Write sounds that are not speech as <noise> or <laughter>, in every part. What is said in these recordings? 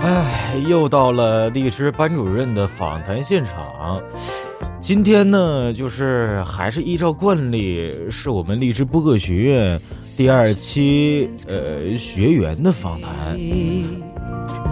哎，又到了荔枝班主任的访谈现场。今天呢，就是还是依照惯例，是我们荔枝播客学院第二期呃学员的访谈。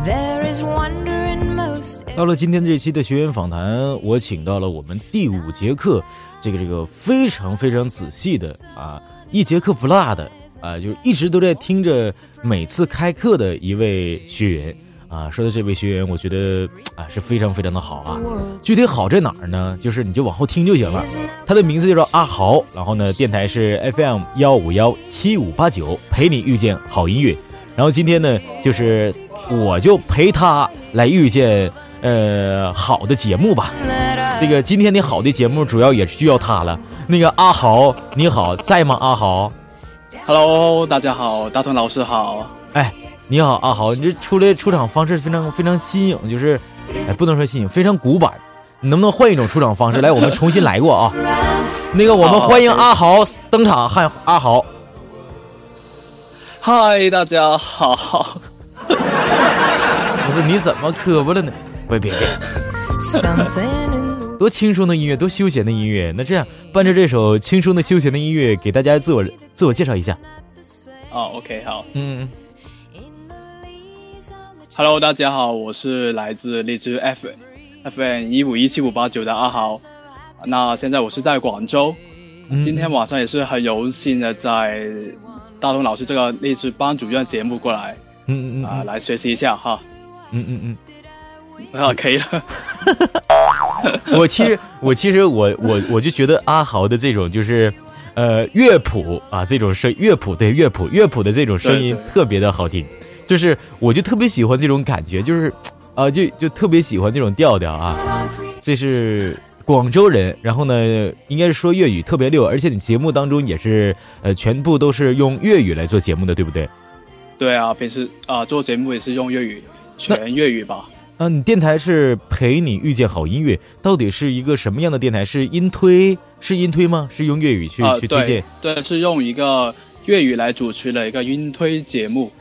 There is wonder in most 到了今天这期的学员访谈，我请到了我们第五节课这个这个非常非常仔细的啊，一节课不落的啊，就是一直都在听着每次开课的一位学员啊。说的这位学员，我觉得啊是非常非常的好啊。具体好在哪儿呢？就是你就往后听就行了。他的名字叫做阿豪，然后呢，电台是 FM 幺五幺七五八九，陪你遇见好音乐。然后今天呢，就是我就陪他来遇见呃好的节目吧。 that I 这个今天的好的节目主要也需要他了。那个阿豪，你好，在吗？阿豪， Hello，大家好，大屯老师好。哎，你好，阿豪，你这出来出场方式非常非常新颖，就是，哎，不能说新颖，非常古板。你能不能换一种出场方式？来，我们重新来过啊。那个，我们欢迎阿豪登场，喊阿豪。嗨，大家好。不是，你怎么磕巴了呢？别别别， something in the 多轻松的音乐，多休闲的音乐。那这样，伴着这首轻松的休闲的音乐，给大家自我自我介绍一下。哦、o k 好。嗯， Hello，大家好，我是来自荔枝 F FM 一五一七五八九的阿豪。那现在我是在广州，嗯今天晚上也是很荣幸的在大东老师这个荔枝班主任节目过来嗯嗯啊、嗯来学习一下哈。嗯嗯嗯。啊，可以了。<laughs> <laughs> 我其实我其实我我我就觉得阿豪的这种就是，呃，乐谱啊，这种声乐谱对乐谱乐谱的这种声音对对特别的好听，就是我就特别喜欢这种感觉，就是，啊、就就特别喜欢这种调调啊。这是广州人，然后呢，应该是说粤语特别溜，而且你节目当中也是呃全部都是用粤语来做节目的，对不对？对啊，平时啊、做节目也是用粤语，全粤语吧。啊，你电台是陪你遇见好音乐，到底是一个什么样的电台？是音推，是音推吗？是用粤语去、啊、去推对荐？对，是用一个粤语来主持的一个音推节目。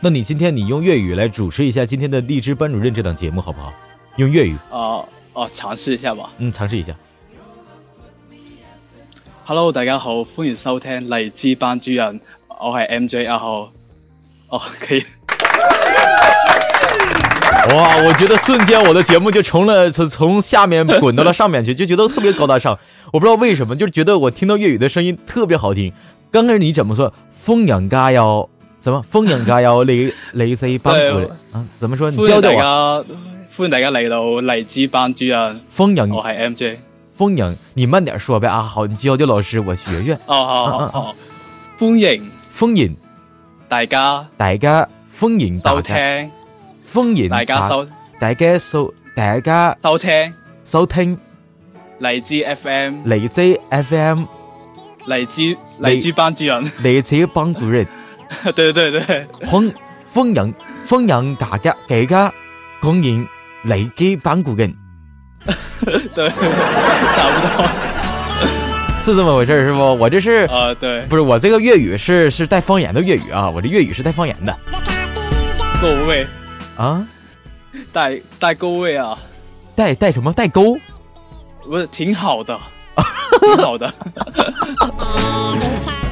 那你今天你用粤语来主持一下今天的荔枝班主任这档节目好不好？用粤语，啊啊，尝试一下吧。嗯，尝试一下。 Hello，大家好，歡迎收聽荔枝班主任，我係 MJ 阿豪。哦，可以，哇，我觉得瞬间我的节目就从了从从下面滚到了上面去，就觉得特别高大上。我不知道为什么，就觉得我听到粤语的声音特别好听。刚开始你怎么说？风扬嘎腰，怎么风扬嘎腰？你你西班主任对啊？怎么说？你歡教迎教大我。家，歡迎大家嚟到荔枝班主任，风扬我係 MJ。风影，你慢点说呗啊！好，你教教老师，我学学。哦，好好好，歡迎风影，大家大家风影打收开，聽，风影大家打，收大家收，大家收聽收听荔枝 FM，荔枝 FM 荔枝荔荔枝班主任， <laughs> 荔枝帮主任，對對對，风风影风影大家大家公影荔枝帮主任，對，差是这么回事儿是不？我这是不多，啊對，不是我这个粤语是是带方言的粤语啊？我这粤语是带方言的各位，啊？帶帶各位啊，带带什么带钩？不是挺好的，挺好的。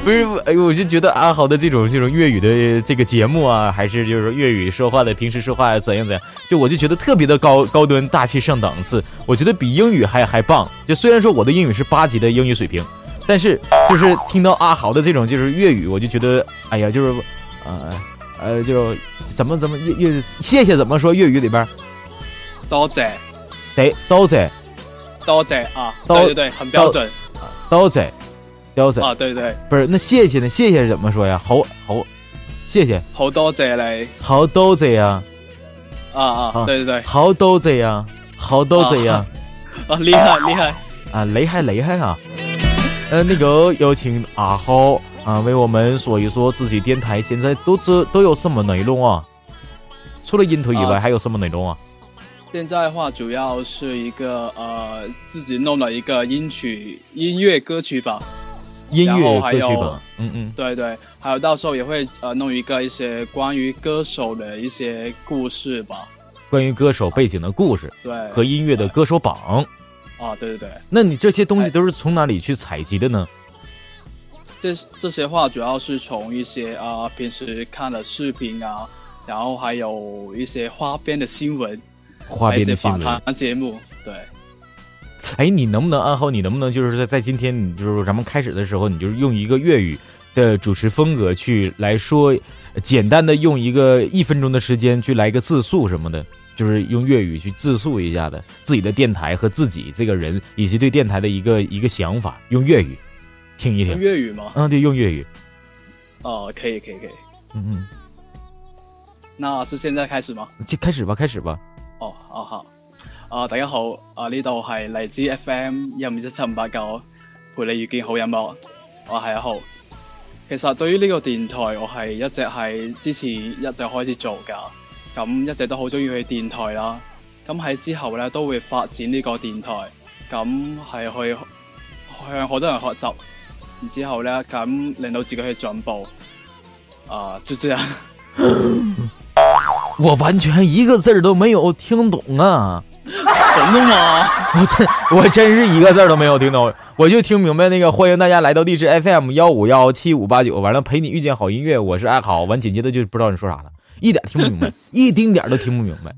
不是，哎呦，我就觉得阿豪的这种这种粤语的这个节目啊，还是就是说粤语说话的，平时说话怎样怎样，就我就觉得特别的高高端、大气、上档次。我觉得比英语还还棒。就虽然说我的英语是八级的英语水平，但是就是听到阿豪的这种就是粤语，我就觉得，哎呀，就是，呃呃，就怎么怎么粤粤谢谢怎么说粤语里边多謝得多谢刀仔啊，刀对对对，很标准刀仔，刀仔，啊，对对对，不是那谢谢呢？谢谢是怎么说呀？好好，谢谢，好多仔嘞，好刀仔呀，啊啊啊，对对对，好刀仔呀，好刀仔呀，啊，厉害厉害，啊，雷害雷害啊！呃，那个有请阿豪啊，为我们说一说自己电台现在都这都有什么内容啊？除了音图以外，啊还有什么内容啊？现在的话主要是一个呃自己弄了一个音曲音乐歌曲榜，音然乐后还歌曲有榜，嗯嗯，对对，还有到时候也会呃弄一个一些关于歌手的一些故事吧，关于歌手背景的故事对，和音乐的歌手榜。啊，对对对，那你这些东哎西都是从哪里去采集的呢？这这些话主要是从一些啊、呃平时看的视频啊，然后还有一些花边的新闻，花还有一边些的新访闻。谈节目，对哎，你能不能啊安好？你能不能就是在在今天，你就是咱们开始的时候，你就是用一个粤语的主持风格去来说，呃简单的用一个一分钟的时间去来一个自述什么的，就是用粤语去自述一下的自己的电台和自己这个人以及对电台的一个一个想法，用粤语听一用听。粤语吗？嗯，对，用粤语。哦、可以可以可以，嗯那是现在开始吗？嗯，就开始吧，开始吧。哦，好好，啊、大家好，啊呢度係荔枝 FM 一五一七五八九，陪你遇見好音樂，我係阿浩。其實對於呢個電台，我係一直係之前一直開始做㗎，咁一直都好中意去電台啦。咁喺之後咧都會發展呢個電台，咁係去向好多人學習，然之後咧咁令到自己去進步。啊、就這樣。我完全一个字儿都没有听懂啊！真的嗎？我真我真是一个字儿都没有听懂，我就听明白那个欢迎大家来到荔枝 FM 幺五幺七五八九，完了陪你遇见好音乐，我是爱好，完紧接着就不知道你说啥了，一点听不明白，一丁点儿都听不明白。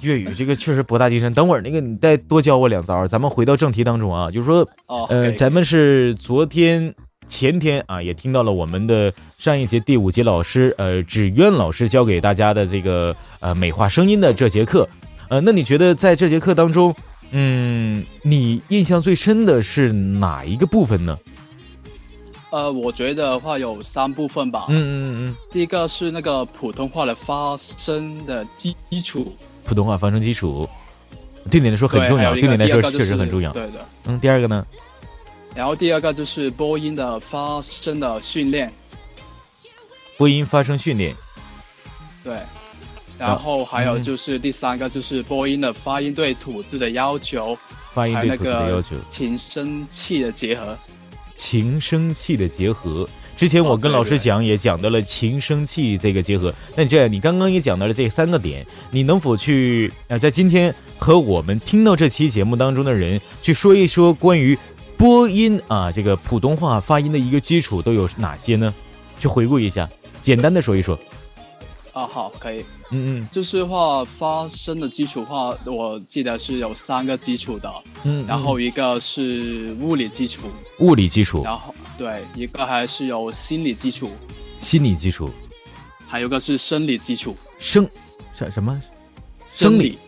粤语这个确实博大精深，等会儿那个你再多教我两招，咱们回到正题当中啊，就是说哦，可呃，以咱们是昨天、前天啊，也听到了我们的上一节第五节老师呃芷渊老师教给大家的这个呃美化声音的这节课，呃，那你觉得在这节课当中，嗯，你印象最深的是哪一个部分呢？呃，我觉得的话有三部分吧。嗯嗯嗯嗯，第一个是那个普通话的发声的基础，普通话发声基础，嗯对你来说很对重还要，有一个对你来第二说个就确是实很重要。对的。嗯，第二个呢？然后第二个就是播音的发声的训练，播音发声训练，对。然后还有就是第三个就是播音的发音对吐字的要求，发音还对有那吐字的要个求。琴声气的结合。琴声器的结合。之前我跟老师讲也讲到了琴声器这个结合，那你这样，你刚刚也讲到了这三个点，你能否去啊、呃在今天和我们听到这期节目当中的人去说一说关于播音啊这个普通话发音的一个基础都有哪些呢？去回顾一下，简单的说一说。啊，好，可以。嗯就是话发声的基础话，我记得是有三个基础的，嗯嗯，然后一个是物理基础，物理基础、然后对，一个还是有心理基础，心理基础、还有一个是生理基础，生什什么生生理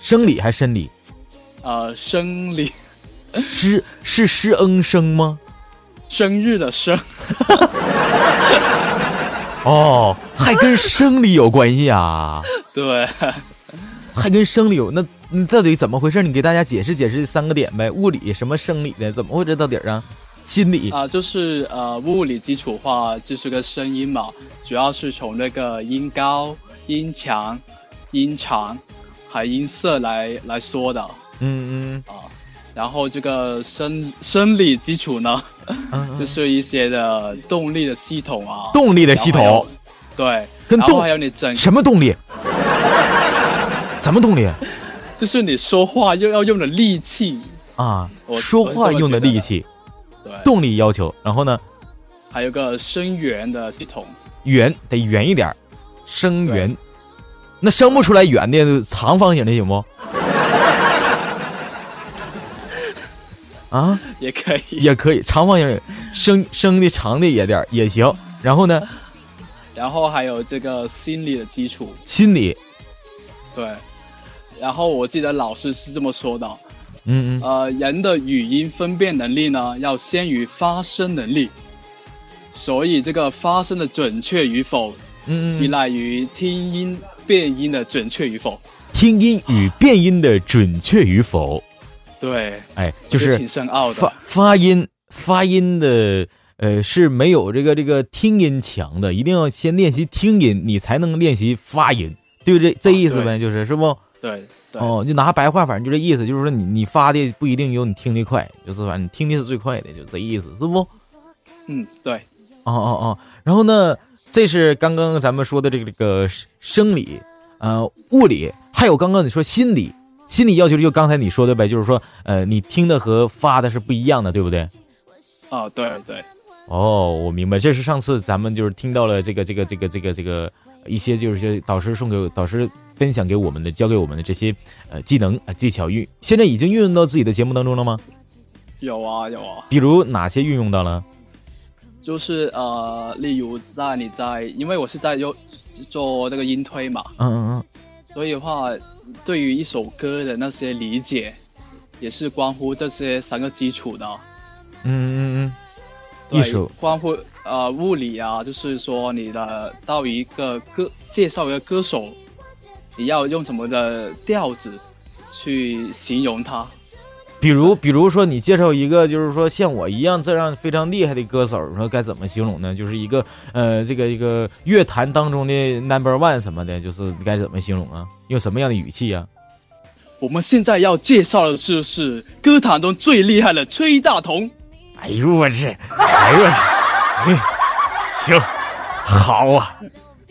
生理还是生理？呃生理 <laughs> 师是师恩生吗？生日的生， <laughs> 哦，还跟生理有关系啊，对， <laughs> 还跟生理有那那到底怎么回事？你给大家解释解释三个点呗，物理什么生理的，怎么回事到底儿啊？心理啊、就是呃物理基础化就是个声音嘛，主要是从那个音高、音强、音长，还音色来来说的啊、嗯嗯然后这个生生理基础呢，嗯， <laughs> 就嗯是一些的动力的系统啊，动力的系然后统，还有，对，跟然后动还有你整，什么动 <laughs> 力？什么动力就是你说话又要用的力气，啊？我说我是这话么用的觉得哎力的气，对，动力要求，然后呢，还有个声源的系统，圆得圆一点儿，声对圆，那生不出来圆的长方形的行 <laughs> 不？啊？也可以。也可以，长方形生生的长的也点儿也行。然后呢，然后还有这个心理的基础，心理对。然后我记得老师是这么说的，嗯嗯，呃，人的语音分辨能力呢，要先于发声能力，所以这个发声的准确与否，嗯依嗯，赖于听音变音的准确与否。听音与变音的准确与否，对，哎，就我觉得是挺深奥发的。发音发音的呃是没有这个这个听音强的，一定要先练习听音，你才能练习发音，对不对？这啊意思对呗，就是是不？对对、哦，就拿白话，反正就这意思，就是说你你发的不一定有你听的快，就是反正你听的是最快的，就这意思，是不？哦嗯，对，哦哦，然后呢，这是刚刚咱们说的这个这个生生理，呃，物理，还有刚刚你说心理，心理要求就刚才你说的呗，就是说呃，你听的和发的是不一样的，对不对？啊，对对，哦，我明白，这是上次咱们就是听到了这个这个这个这个这个一些就是这导师送给导师分享给我们的教给我们的这些呃技能啊、呃技巧运，现在已经运用到自己的节目当中了吗？有啊有啊，比如哪些运用到了？就是呃，例如在你在，因为我是在有做那个音推嘛，嗯嗯所以的话，对于一首歌的那些理解，也是关乎这些三个基础的。嗯嗯嗯嗯，对一首关乎呃物理啊，就是说你的到一个歌介绍一个歌手，你要用什么的调子去形容他？比如，比如说你介绍一个，就是说像我一样这样非常厉害的歌手，说该怎么形容呢？就是一个呃，这个一个乐坛当中的 number one 什么的，就是该怎么形容啊？用什么样的语气啊？我们现在要介绍的是是歌坛中最厉害的崔大同，哎呦我去，哎呦我去，行，好啊，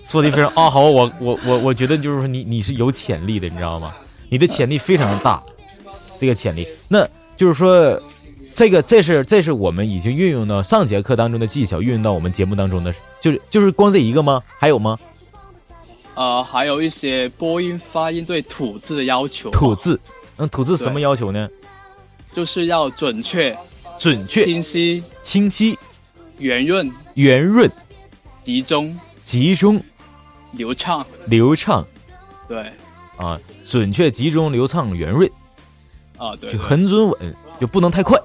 说的非常啊好，我我我我觉得就是说你你是有潜力的，你知道吗？你的潜力非常大，这个潜力，那就是说，这个这是这是我们已经运用到上节课当中的技巧，运用到我们节目当中的，就是就是光这一个吗？还有吗？呃，还有一些播音发音对吐字的要求，吐字，嗯，吐字什么对要求呢？就是要准确、准确、清晰、清晰、圆润、圆润、集中、集中、流畅。流畅对，啊，准确、集中、流畅、圆润。啊，对就对很准稳，就不能太快，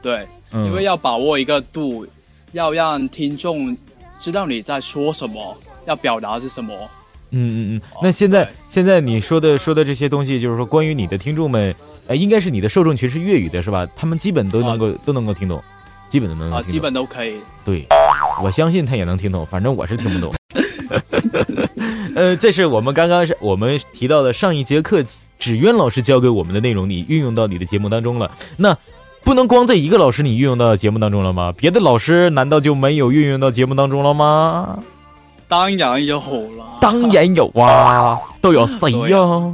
对，嗯，啊因为要把握一个度，要让听众知道你在说什么，要表达是什么。嗯嗯嗯。那现在现在你说的说的这些东西，就是说关于你的听众们，呃，应该是你的受众群是粤语的，是吧？他们基本都能够、都能够听懂，基本都能够啊，听懂。基本都可以。对，我相信他也能听懂，反正我是听不懂。 <laughs> 呃，这是我们刚刚是我们提到的上一节课纸鸢老师教给我们的内容，你运用到你的节目当中了。那不能光这一个老师你运用到节目当中了吗？别的老师难道就没有运用到节目当中了吗？当然有啦，当然有啊，都有谁嗯呀、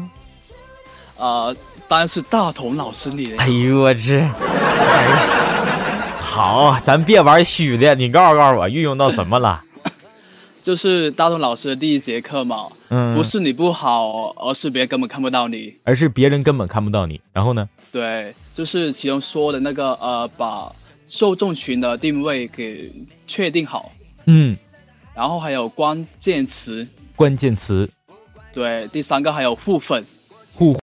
啊，当然是大同老师你的。哎呦我这，哎呀，好，啊咱别玩虚的，你告诉告诉我运用到什么了？就是大同老师的第一节课嘛，嗯，不，是你不好，而是别人根本看不到你。而是别人根本看不到你。然后呢？对，就是其中说的那个呃，把受众群的定位给确定好，嗯，然后还有关键词，关键词 <laughs> 对，第三个还有互粉，互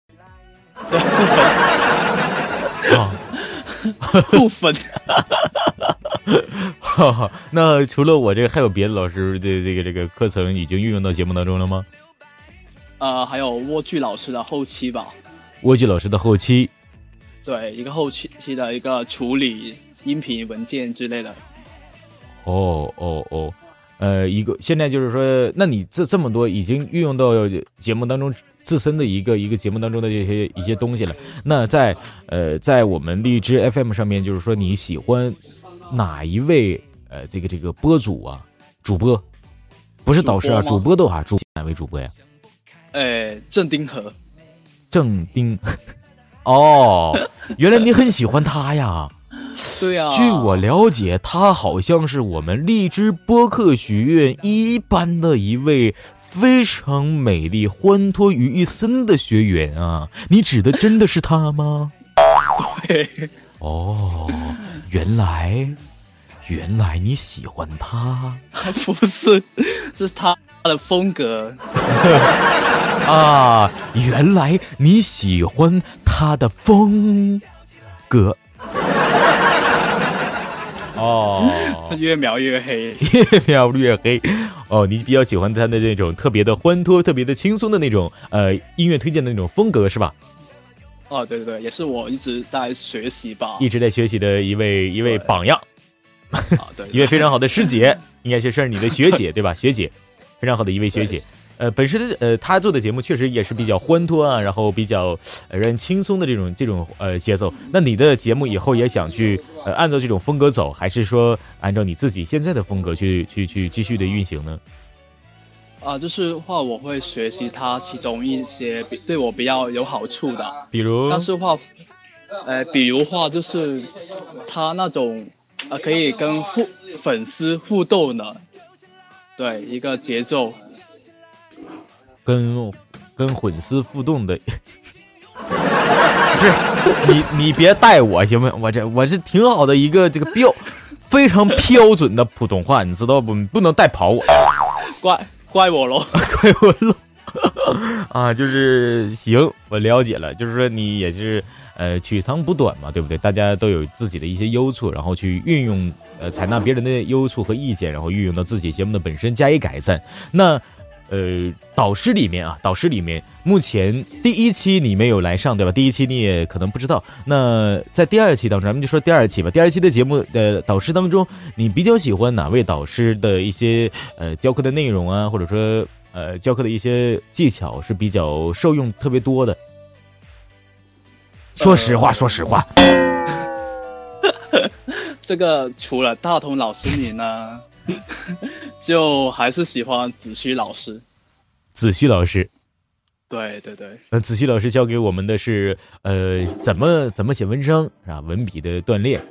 对互粉。啊。互粉，哈哈，那除了我这个，还有别的老师的这个这个课程已经运用到节目当中了吗？呃，还有莴苣老师的后期吧，莴苣老师的后期对，一个后期期的一个处理音频文件之类的。哦哦哦，呃，一个现在就是说，那你这这么多已经运用到节目当中自身的一个一个节目当中的这些一些东西了。那在呃，在我们荔枝 FM 上面，就是说你喜欢哪一位呃这个这个播主啊，主播，不是导师啊，主主播吗播的话，主哪位主播呀？哎，郑丁和，郑丁。哦，原来你很喜欢他呀。对啊，据我了解，他好像是我们荔枝播客学院一班的一位非常美丽、欢脱于一身的学员啊！你指的真的是他吗？嘿，哦，原来，原来你喜欢他不是，是他的风格，啊！原来你喜欢他他的风格。哦，越描越黑。越描越黑。哦，你 <laughs> 比较喜欢他的那种特别的欢脱、特别的轻松的那种呃音乐推荐的那种风格是吧？哦，对对对，也是我一直在学习 <laughs> 吧。一直在学习的一位一位哦对榜 <laughs> 样，啊，对，一位非常好的师姐，应该是算是你的学 <laughs> 姐对吧？学姐，非常好的一位学姐对。呃，本身呃，她做的节目确实也是比较欢脱啊，然后比较呃让人轻松的这种这种呃节奏。那你的节目以后也想去呃按照这种风格走，还是说按照你自己现在的风格去去去继续的运行呢？ <laughs> 啊，就是话我会学习它其中一些比对我比较有好处的，比如但是话，呃，比如话就是它那种啊、呃可以跟互粉丝互动的，对一个节奏，跟跟混丝互动的，不是你你别带我行吗？我这我是挺好的一个这个标非常标准的普通话，你知道不？你不能带跑我， <laughs> 怪怪我咯。 <laughs> 怪我了 <laughs> 啊！就是行，我了解了，就是说你也是呃取长补短嘛，对不对？大家都有自己的一些优处，然后去运用呃采纳别人的优处和意见，然后运用到自己节目的本身加以改善。那呃，导师里面啊，导师里面，目前第一期你没有来上，对吧？第一期你也可能不知道。那在第二期当中，咱们就说第二期吧。第二期的节目，呃，导师当中，你比较喜欢哪位导师的一些呃教课的内容啊，或者说呃教课的一些技巧是比较受用特别多的？说实话，说实话，这个除了大同老师你呢， <laughs> 就还是喜欢子虚老师。子旭老师，对对对，呃，子旭老师教给我们的是呃怎么怎么写文章啊，文笔的锻炼。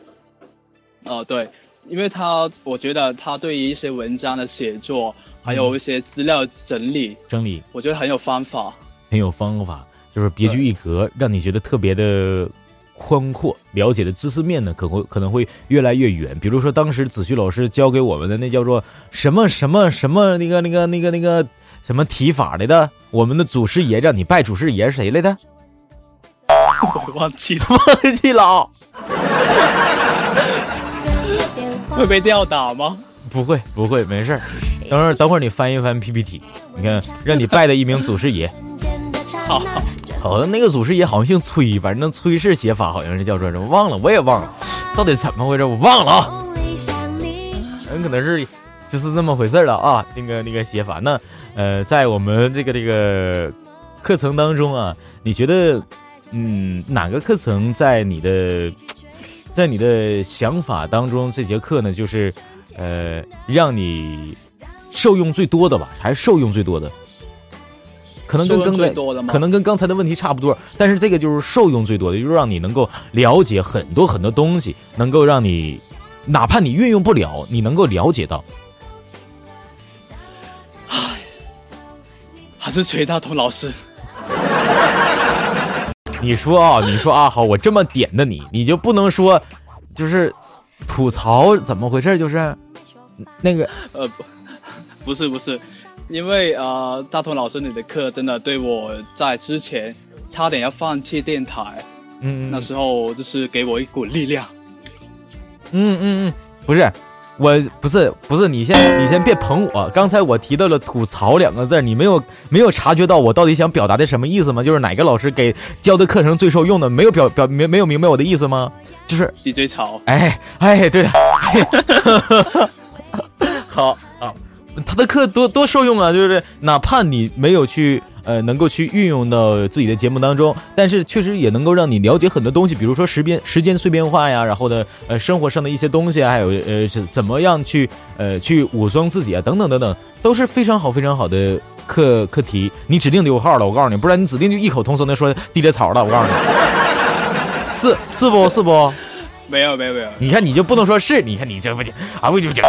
哦对，因为他我觉得他对于一些文章的写作，还有一些资料整理，整理我觉得很有方法。很有方法，就是别具一格，让你觉得特别的宽阔，了解的知识面呢，可会可能会越来越远。比如说，当时子旭老师教给我们的那叫做什么什么什么那个那个那个那个什么提法来的，我们的祖师爷让你拜祖师爷是谁来的？ <laughs> 我 <laughs> 忘记了，忘记了，啊会 <laughs> 被吊打吗？不会不会，没事儿。等会儿等会儿你翻一翻 PPT，你看让你拜的一名祖师爷， <laughs> 好，好像那个祖师爷好像姓崔，反正崔氏写法好像是叫做什么，忘了我也忘了，到底怎么回事我忘了啊。很可能是就是那么回事儿了啊。那个那个写法，那呃，在我们这个这个课程当中啊，你觉得嗯哪个课程在你的在你的想法当中，这节课呢就是呃让你受用最多的吧，还是受用最多的？可能跟受用刚最才多的吗可能跟刚才的问题差不多，但是这个就是受用最多的，就是让你能够了解很多很多东西，能够让你哪怕你运用不了，你能够了解到。还是崔大同老师。你说啊，你说啊，好，我这么点的你，你就不能说，就是吐槽怎么回事？就是那个 <laughs> 呃，不 <laughs> 不是不是，因为呃，大同老师你的课真的对我在之前差点要放弃电台，嗯，那时候就是给我一股力量。嗯嗯嗯，不是，我不是不是，你先你先别捧我。刚才我提到了“吐槽”两个字儿，你没有没有察觉到我到底想表达的什么意思吗？就是哪个老师给教的课程最受用的，没有表表没没有明白我的意思吗？就是， DJ 潮，哎哎，对了，哎、好啊，他的课多多受用啊，就是哪怕你没有去。呃，能够去运用到自己的节目当中，但是确实也能够让你了解很多东西，比如说时间时间碎片化呀，然后呢，呃，生活上的一些东西啊，还有呃，怎怎么样去呃去武装自己啊，等等等等，都是非常好非常好的课课题。你指定留号了，我告诉你，不然你指定就异口同声的说地雷草了，我告诉你，是是不是不？没有没有没有，你看你就不能说是，你看你这不就啊不就 <laughs> 就，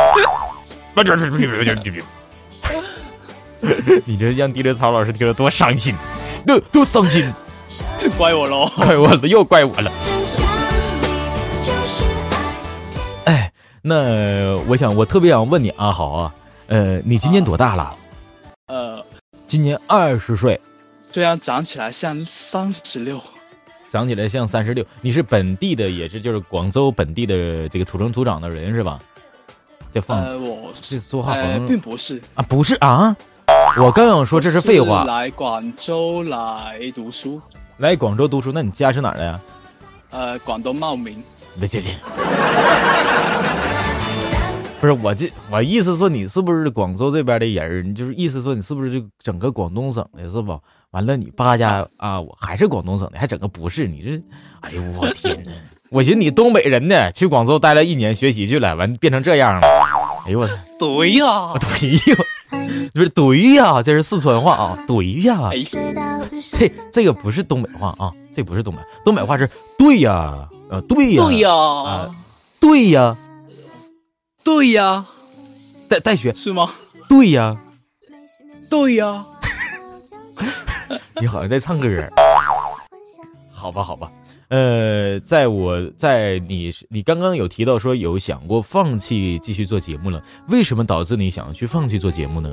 不就就就就就就，你这让地雷曹老师听了多伤心，多多伤心，怪我喽。怪我了，又怪我了。哎，那我想我特别想问你阿豪啊，呃，你今年多大了？呃，今年二十岁，虽然长起来像三十六，想起来像三十六。你是本地的，也是就是广州本地的这个土生土长的人是吧？这放、呃，我是说话好呃像、并不是，啊，不是啊，我刚想哦说这是废话。是来广州来读书，来广州读书，那你家是哪儿的呀？呃，广东茂名。别别别！ <laughs> 不是我这我意思说你是不是广州这边的人儿？你就是意思说你是不是就整个广东省的是吧？完了你爸家啊，我还是广东省的，还整个不是你这？哎呦我天哪！ <laughs> 我寻思你东北人呢，去广州待了一年学习去了，完变成这样了。哎呦我操！对呀、怼呀，不是怼呀，这是四川话啊，怼呀。哎，这这个不是东北话啊，这不是东北，东北话是对呀，呃，对呀，对呀、啊对呀，对呀、带带学，是吗？对呀，对呀、你好像在唱歌儿，好吧，好吧，呃，在我在你你刚刚有提到说有想过放弃继续做节目了，为什么导致你想要去放弃做节目呢？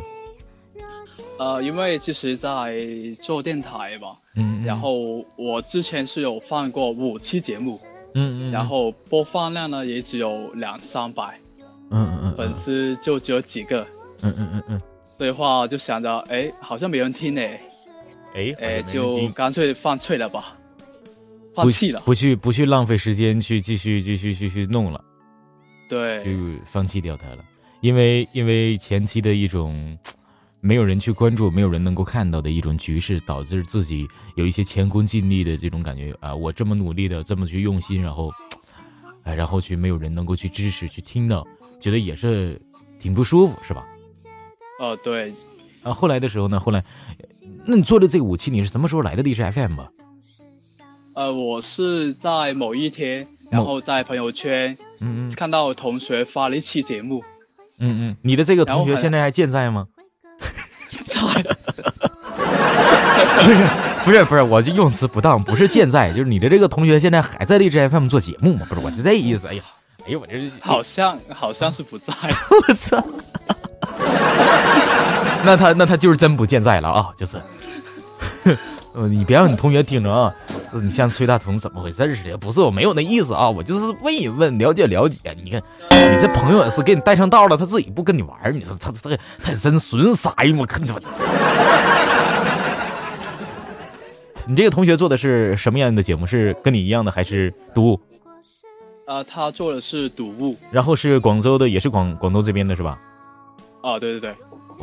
呃，因为其实，在做电台嘛，嗯，嗯然，后我之前是有放过五期节目，嗯嗯，然，后播放量呢也只有两三百，嗯嗯嗯，粉丝就只有几个，嗯嗯嗯嗯，所以话就想着，哎，好像没人听呢，哎好哎，像没人就听干脆放脆了吧，放不弃了，不去不去浪费时间去继续继续继续弄了。就对，放弃掉它了，因为因为前期的一种没有人去关注、没有人能够看到的一种局势，导致自己有一些前功尽弃的这种感觉啊！我这么努力的，这么去用心，然后，哎，然后去没有人能够去支持、去听到，觉得也是挺不舒服，是吧？呃，对，啊，后来的时候呢，后来，那你做的这个武器，你是什么时候来的荔枝 FM 吧？呃，我是在某一天，然后在朋友圈嗯嗯看到同学发了一期节目， <laughs> 嗯嗯，你的这个然后同学后来现在还健在吗？在不是 <laughs> 不是不是，我这用词不当，不是健在，就是你的这个同学现在还在荔枝 FM 做节目吗？不是，我是这意思。哎呀，哎呀，我这是好像好像 <laughs> 是不在，我操！ <laughs> 那他那他就是真不健在了啊，就是。 <laughs> 呃，你别让你同学听着啊！这你像崔大同怎么回事儿似的？不是我没有那意思啊，我就是问一问，了解了解。你看，你这朋友也是给你带上道了，他自己不跟你玩儿，你说他他他真损色呀！我看我。 <laughs> 你这个同学做的是什么样的节目？是跟你一样的，还是读物？呃，他做的是读物，然后是广州的，也是广广州这边的是吧？啊、对对对，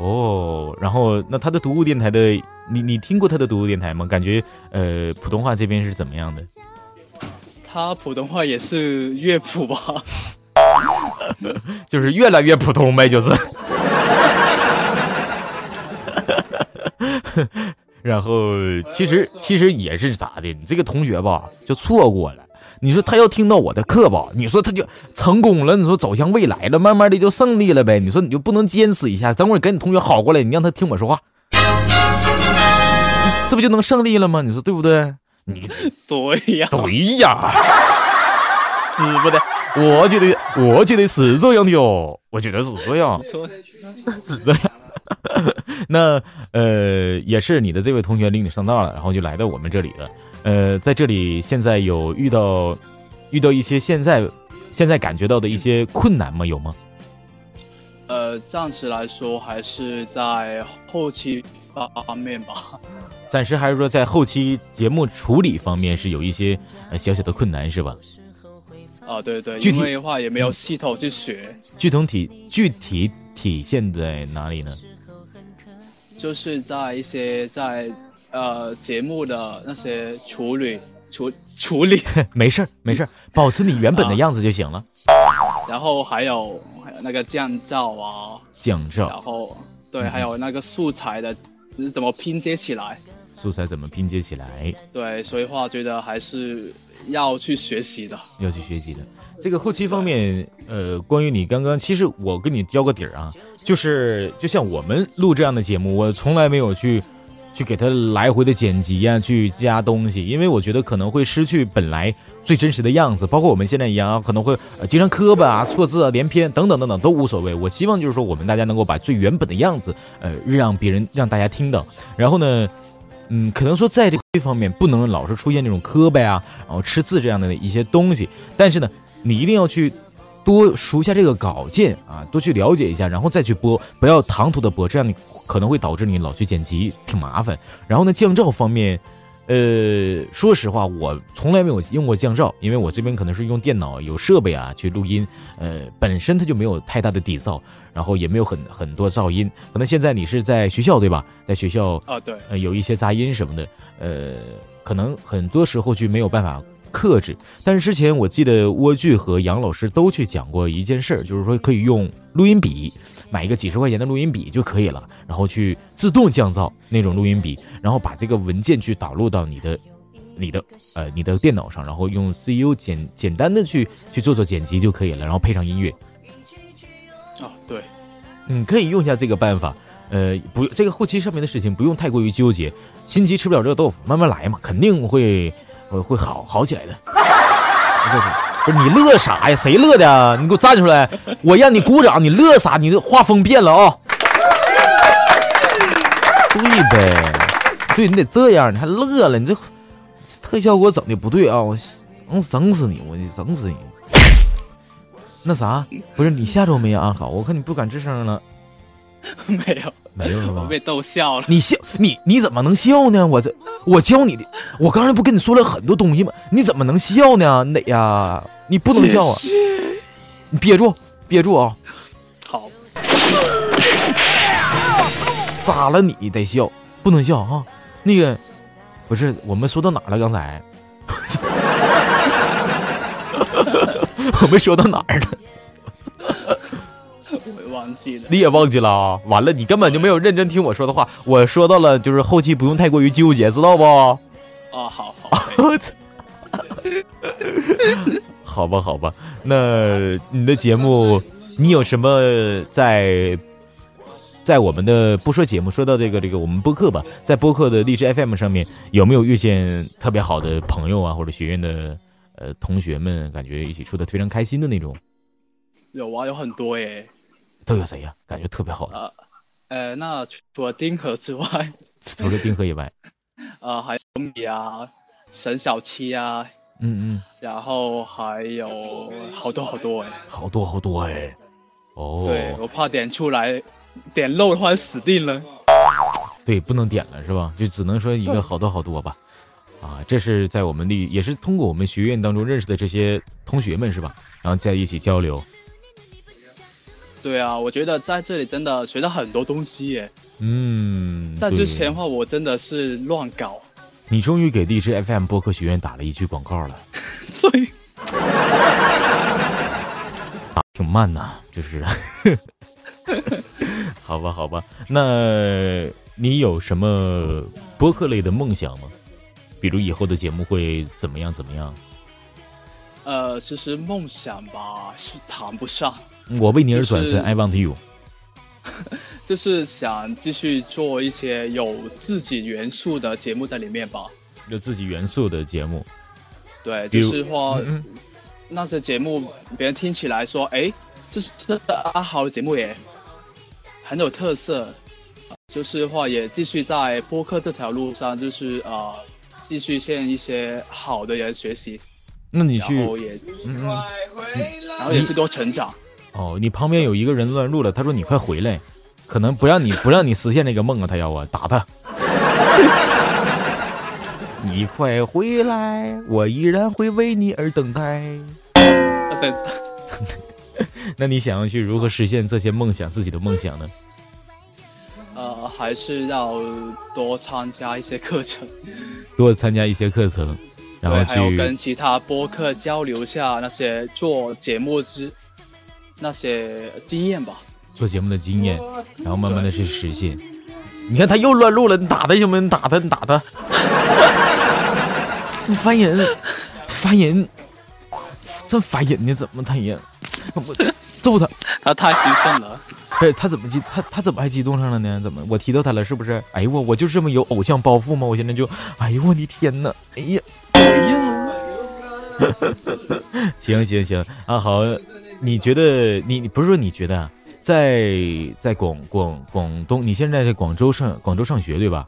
哦，然后那他的读物电台的，你你听过他的读物电台吗？感觉呃，普通话这边是怎么样的？他普通话也是乐谱吧， <laughs> 就是越来越普通呗，就是。 <laughs> 然后其实其实也是咋的，你这个同学吧就错过了。你说他要听到我的课吧，你说他就成功了，你说走向未来了，慢慢的就胜利了呗。你说你就不能坚持一下，等会儿跟你同学好过来，你让他听我说话， <laughs> 这不就能胜利了吗？你说对不对？你对呀、对呀，是不的？我觉得，我觉得是这样的哟，我觉得是这样，说是这样。 <laughs> 那呃，也是你的这位同学领你上道了，然后就来到我们这里了。呃，在这里现在有遇到遇到一些现在现在感觉到的一些困难吗？有吗？呃，暂时来说还是在后期方面吧。暂时还是说在后期节目处理方面是有一些呃小小的困难，是吧？啊、对对，具体因为的话也没有系统去学，具体体具体体现在哪里呢？ <laughs> 就是在一些在呃节目的那些处理处处理， <laughs> 没事儿，没事儿，保持你原本的样子就行了。然后还有还有那个降噪啊，降然噪后嗯对，还有那个素材的是怎么拼接起来，素材怎么拼接起来，对，所以话觉得还是要去学习的。要去学习的。这个后期方面，呃，关于你刚刚，其实我跟你交个底儿啊，就是就像我们录这样的节目，我从来没有去去给它来回的剪辑呀、去加东西，因为我觉得可能会失去本来最真实的样子，包括我们现在一样啊，可能会呃经常磕巴啊、错字啊、连篇等等等等都无所谓。我希望就是说，我们大家能够把最原本的样子，呃，让别人让大家听到，然后呢。嗯，可能说在这个方面不能老是出现这种磕巴啊，然后吃字这样的一些东西，但是呢，你一定要去多熟一下这个稿件啊，多去了解一下，然后再去播，不要唐突的播，这样你可能会导致你老去剪辑，挺麻烦。然后呢，降噪方面。呃，说实话，我从来没有用过降噪，因为我这边可能是用电脑有设备啊去录音，呃，本身它就没有太大的底噪，然后也没有很很多噪音。可能现在你是在学校对吧？在学校啊，对，呃，有一些杂音什么的，呃，可能很多时候就没有办法克制。但是之前我记得莴苣和杨老师都去讲过一件事儿，就是说可以用录音笔，买一个几十块钱的录音笔就可以了，然后去自动降噪那种录音笔，然后把这个文件去导入到你的。你的呃，你的电脑上，然后用 CU 简简单的去去做做剪辑就可以了，然后配上音乐，啊，对， <laughs> 你嗯可以用一下这个办法。呃，不，这个后期上面的事情不用太过于纠结，心急吃不了热豆腐，慢慢来嘛，肯定会会会好好起来的。不是你乐啥呀？谁乐的啊？你给我站出来！我让你鼓掌，你乐啥？你这画风变了啊、对呗，对你得这样，你还乐了，你这特效给我整的不对啊！我整整死你，我整死你！那啥，不是你下周没安好？我看你不敢吱声了，没有，没有了吧我？被逗笑了。你笑，你你怎么能笑呢？我这我教你的，我刚才不跟你说了很多东西吗？你怎么能笑呢？你得呀，你不能笑啊！你憋住，憋住啊！ <laughs> 好，杀了你得笑，不能笑啊！那个不是我们说到哪儿了？刚才 <laughs> 我们说到哪儿了？我忘记了。你也忘记了啊？完了，你根本就没有认真听我说的话。我说到了，就是后期不用太过于纠结，知道不？啊，好好，可以我操！ <laughs> 好吧，好吧，那你的节目，你有什么在在我们的不说节目，说到这个这个我们播客吧，在播客的荔枝 FM 上面，有没有遇见特别好的朋友啊，或者学院的呃同学们，感觉一起处的非常开心的那种？有啊，有很多耶。都有谁呀、感觉特别好的，啊，呃，那除了丁和之外，除了丁和以外，呃，还有小米啊，沈小七啊，嗯嗯，然后还有好多好多哎。好多好多哎，哦，对，我怕点出来，点漏的话就死定了。对，不能点了是吧？就只能说一个好多好多吧。啊，这是在我们的也是通过我们学院当中认识的这些同学们是吧？然后在一起交流，对啊，我觉得在这里真的学到很多东西耶。嗯，在之前对的话，我真的是乱搞。 <laughs> 你终于给荔枝 FM 播客学院打了一句广告了，对，挺慢呐，就是，好吧，好吧，那你有什么播客类的梦想吗？比如以后的节目会怎么样怎么样？呃，其实梦想吧是谈不上，我为你而转就身是，I want you。就是想继续做一些有自己元素的节目在里面吧。有自己元素的节目，对，比就如是话嗯嗯那些节目，别人听起来说，哎，这是这是阿豪的节目耶，很有特色。就是话也继续在播客这条路上，就是呃，继续向一些好的人学习，那你然去后也嗯嗯。然后也是多成长。哦，你旁边有一个人乱入了，他说你快回来，可能不让你不让你实现这个梦啊，他要啊，打 <laughs> 他。你快回来，我依然会为你而等待。啊对，那你想要去如何实现这些梦想，自己的梦想呢？呃，还是要多参加一些课程，多参加一些课程，然后对，还有去跟其他播客交流一下那些做节目之那些经验吧。做节目的经验，然后慢慢的去实现。你看他又乱入了，你打他行不行？你打他，你打他， <laughs> 你烦人，烦人，真烦人呢！怎么他也，我揍他！他太兴奋了，不是他怎么激他他怎么还激动上了呢？怎么我提到他了是不是？哎呦我我就这么有偶像包袱吗？我现在就，哎呦我的天呐！哎呀， <laughs> 行行行啊好，你觉得你你不是说你觉得啊在在广广广东，你现在在广州上广州上学对吧？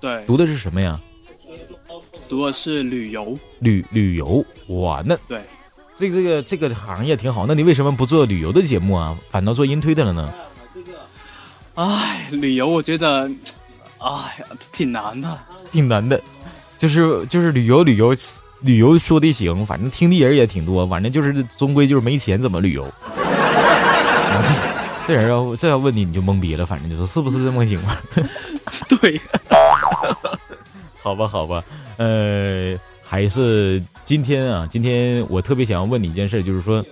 对，读的是什么呀？读的是旅游， <laughs> 旅旅游。哇，那对，这个这个这个行业挺好。那你为什么不做旅游的节目啊？反倒做音推的了呢？唉，旅游我觉得，唉，挺难的。 <laughs> 挺难的，就是就是旅游旅游旅游说的行，反正听的人也挺多，反正就是终归就是没钱怎么旅游。啊这这人要这要问你你就懵逼了，反正就是是不是这么个情况？ <laughs> 对，好吧，好吧，呃，还是今天啊，今天我特别想要问你一件事，就是说，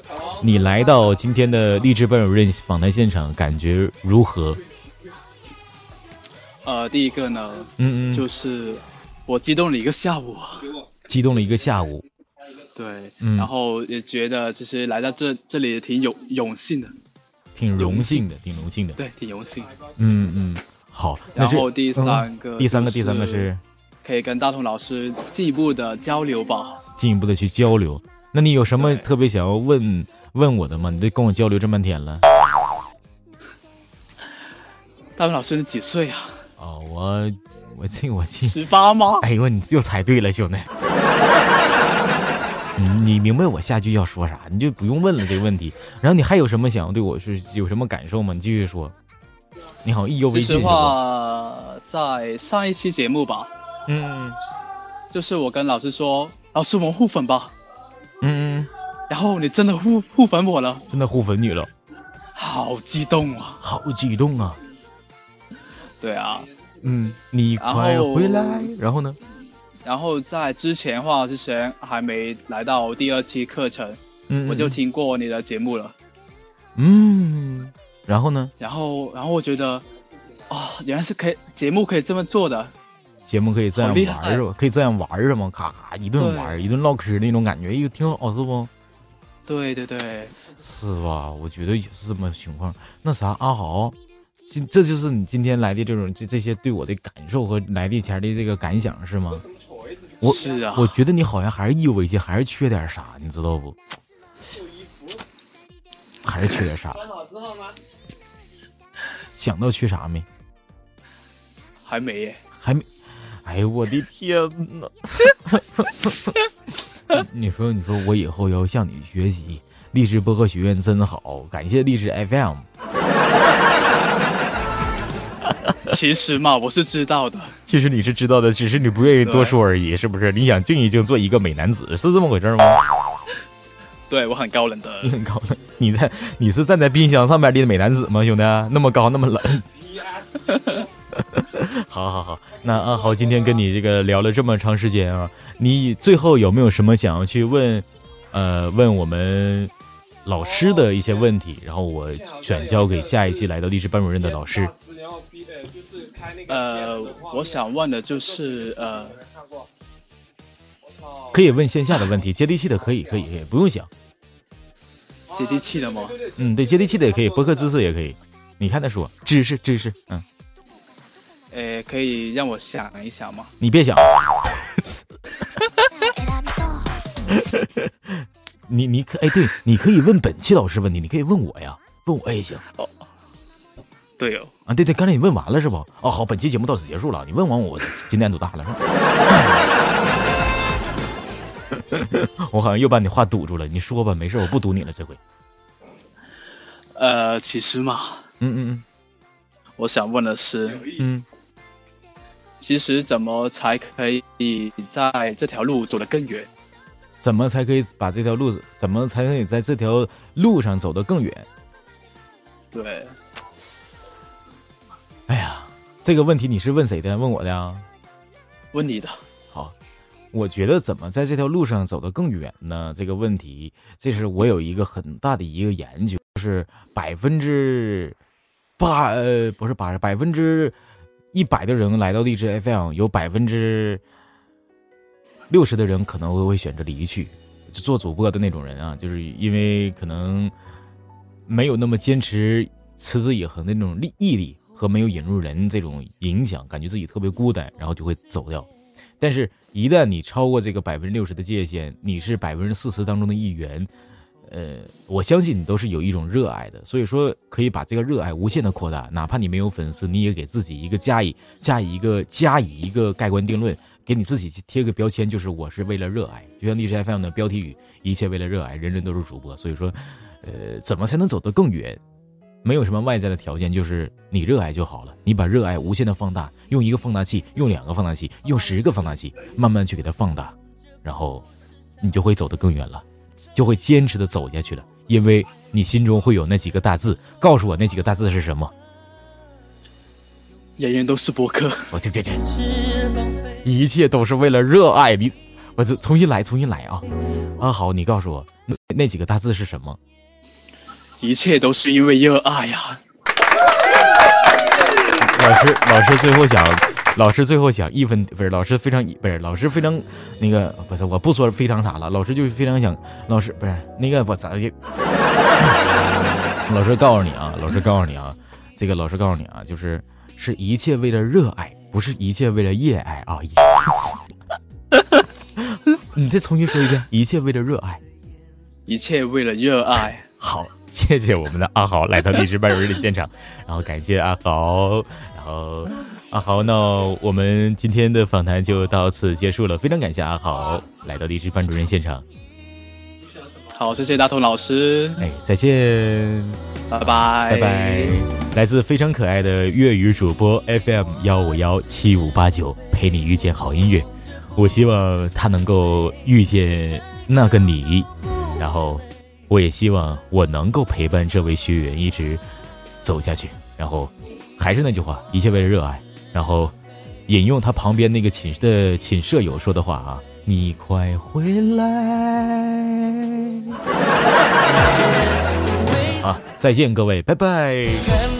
你来到今天的励志奔有任访谈现场，感觉如何？呃，第一个呢，嗯嗯，就是我激动了一个下午，激动了一个下午，对，嗯然后也觉得就是来到这这里挺有荣幸的，挺荣幸的，挺荣幸的。对，挺荣幸。嗯嗯，好，那然这后第三个、第三个第三个是可以跟大同老师进一步的交流吧。进一步的去交流。那你有什么对特别想要问问我的吗？你都跟我交流这半天了。大同老师你几 <laughs> 岁啊？哦，我我进我进。十八吗？哎呦，你又猜对了， <laughs> 兄弟。你你明白我下句要说啥，你就不用问了这个问题。然后你还有什么想要对我是有什么感受吗？你继续说。你好，意犹未其尽实是吧？话，在上一期节目吧，嗯就是我跟老师说，老师我们互粉吧，嗯嗯，然后你真的互互粉我了，真的互粉女了，好激动啊！好激动啊！对啊，嗯，你然快后回来。然后呢？然后在之前的话，之前还没来到第二期课程，嗯，我就听过你的节目了，嗯，然后呢？然后然后我觉得，啊、原来是可以节目可以这么做的，节目可以这样好厉玩害儿是吧？可以这样玩儿是吗？咔咔一顿对玩儿，一顿唠嗑儿那种感觉，哎呦，挺好是不？对对对，是吧？我觉得也是这么情况。那啥，阿豪，今这就是你今天来的这种这这些对我的感受和来的前的这个感想是吗？我是啊我觉得你好像还是意犹未尽，还是缺点啥，你知道不？还是缺点 <laughs> 啥？想到缺啥没？还没耶，还没？哎呦我 <laughs> 的天呐！你说，你说我以后要向你学习，励志播客学院真好，感谢励志 FM。其实嘛，我是知道的，其实你是知道的，只是你不愿意多说而已，是不是？你想静一静，做一个美男子，是这么回事吗？对我很高冷的你，很高冷，你在你是站在冰箱上边的美男子吗，兄弟？那么高，那么冷。好好好，那阿豪今天跟你这个聊了这么长时间啊，你最后有没有什么想要去问，呃，问我们老师的一些问题，然后我转交给下一期来到励志班主任的老师。呃，我想问的就是呃，可以问线下的问题，接地气的可以，可以，可以，不用想。接地气的吗？嗯，对，接地气的也可以，播客知识也可以。你看他说知识，知识，嗯，呃，可以让我想一想吗？你别想，你你可哎，对，你可以问本期老师问题，你可以问我呀，问我哎也行对哦，啊。对对，刚才你问完了是吧？哦，好，本期节目到此结束了。你问完我，我今年多大了是吧？ <laughs> 我好像又把你话堵住了，你说吧，没事，我不堵你了这回。呃，其实嘛，嗯嗯我想问的是，嗯嗯，其实怎么才可以在这条路走得更远？怎么才可以把这条路，怎么才可以在这条路上走得更远？对，哎呀，这个问题你是问谁的？问我的啊？问你的，好，我觉得怎么在这条路上走得更远呢？这个问题，这是我有一个很大的一个研究，就是百分之八呃不是八十百分之一百的人来到荔枝 FM，有百分之六十的人可能会会选择离去，就做主播的那种人啊，就是因为可能没有那么坚持持之以恒的那种力毅力。和没有引入人这种影响，感觉自己特别孤单，然后就会走掉。但是，一旦你超过这个百分之六十的界限，你是百分之四十当中的一员，呃，我相信你都是有一种热爱的，所以说可以把这个热爱无限的扩大，哪怕你没有粉丝，你也给自己一个加以加以一个加以一个盖棺定论，给你自己去贴个标签，就是我是为了热爱。就像荔枝 FM 的标题语“一切为了热爱”，人人都是主播，所以说，呃，怎么才能走得更远？没有什么外在的条件，就是你热爱就好了。你把热爱无限的放大，用一个放大器，用两个放大器，用十个放大器，慢慢去给它放大，然后你就会走得更远了，就会坚持的走下去了。因为你心中会有那几个大字，告诉我那几个大字是什么。人人都是播客， <laughs> 我这这这， <laughs> 一切都是为了热爱你。我这重新来，重新来啊！啊，好，你告诉我那那几个大字是什么？一切都是因为热爱啊呀、老师，老师最后想，老师最后想一分不是，老师非常不是，老师非常那个不是，我不说非常啥了，老师就是非常想，老师不是那个我咋就，老师 <laughs> 告诉你啊，老师告诉你啊，这个老师告诉你啊，就是是一切为了热爱，不是一切为 <laughs> 了热爱啊，一你再重新说一遍，一切为了热爱。一切为了热爱。好， <laughs> 谢谢我们的阿豪来到荔枝班主任的现场， <laughs> 然后感谢阿豪，然后阿豪呢，我们今天的访谈就到此结束了，非常感谢阿豪来到荔枝班主任现场，好，谢谢大同老师，哎，再见，拜拜，拜拜，来自非常可爱的粤语主播 FM 幺五幺七五八九，陪你遇见好音乐，我希望他能够遇见那个你，然后。我也希望我能够陪伴这位学员一直走下去。然后，还是那句话，一切为了热爱。然后，引用他旁边那个寝室的寝舍友说的话啊：“你快回来！”啊，再见各位，拜拜。看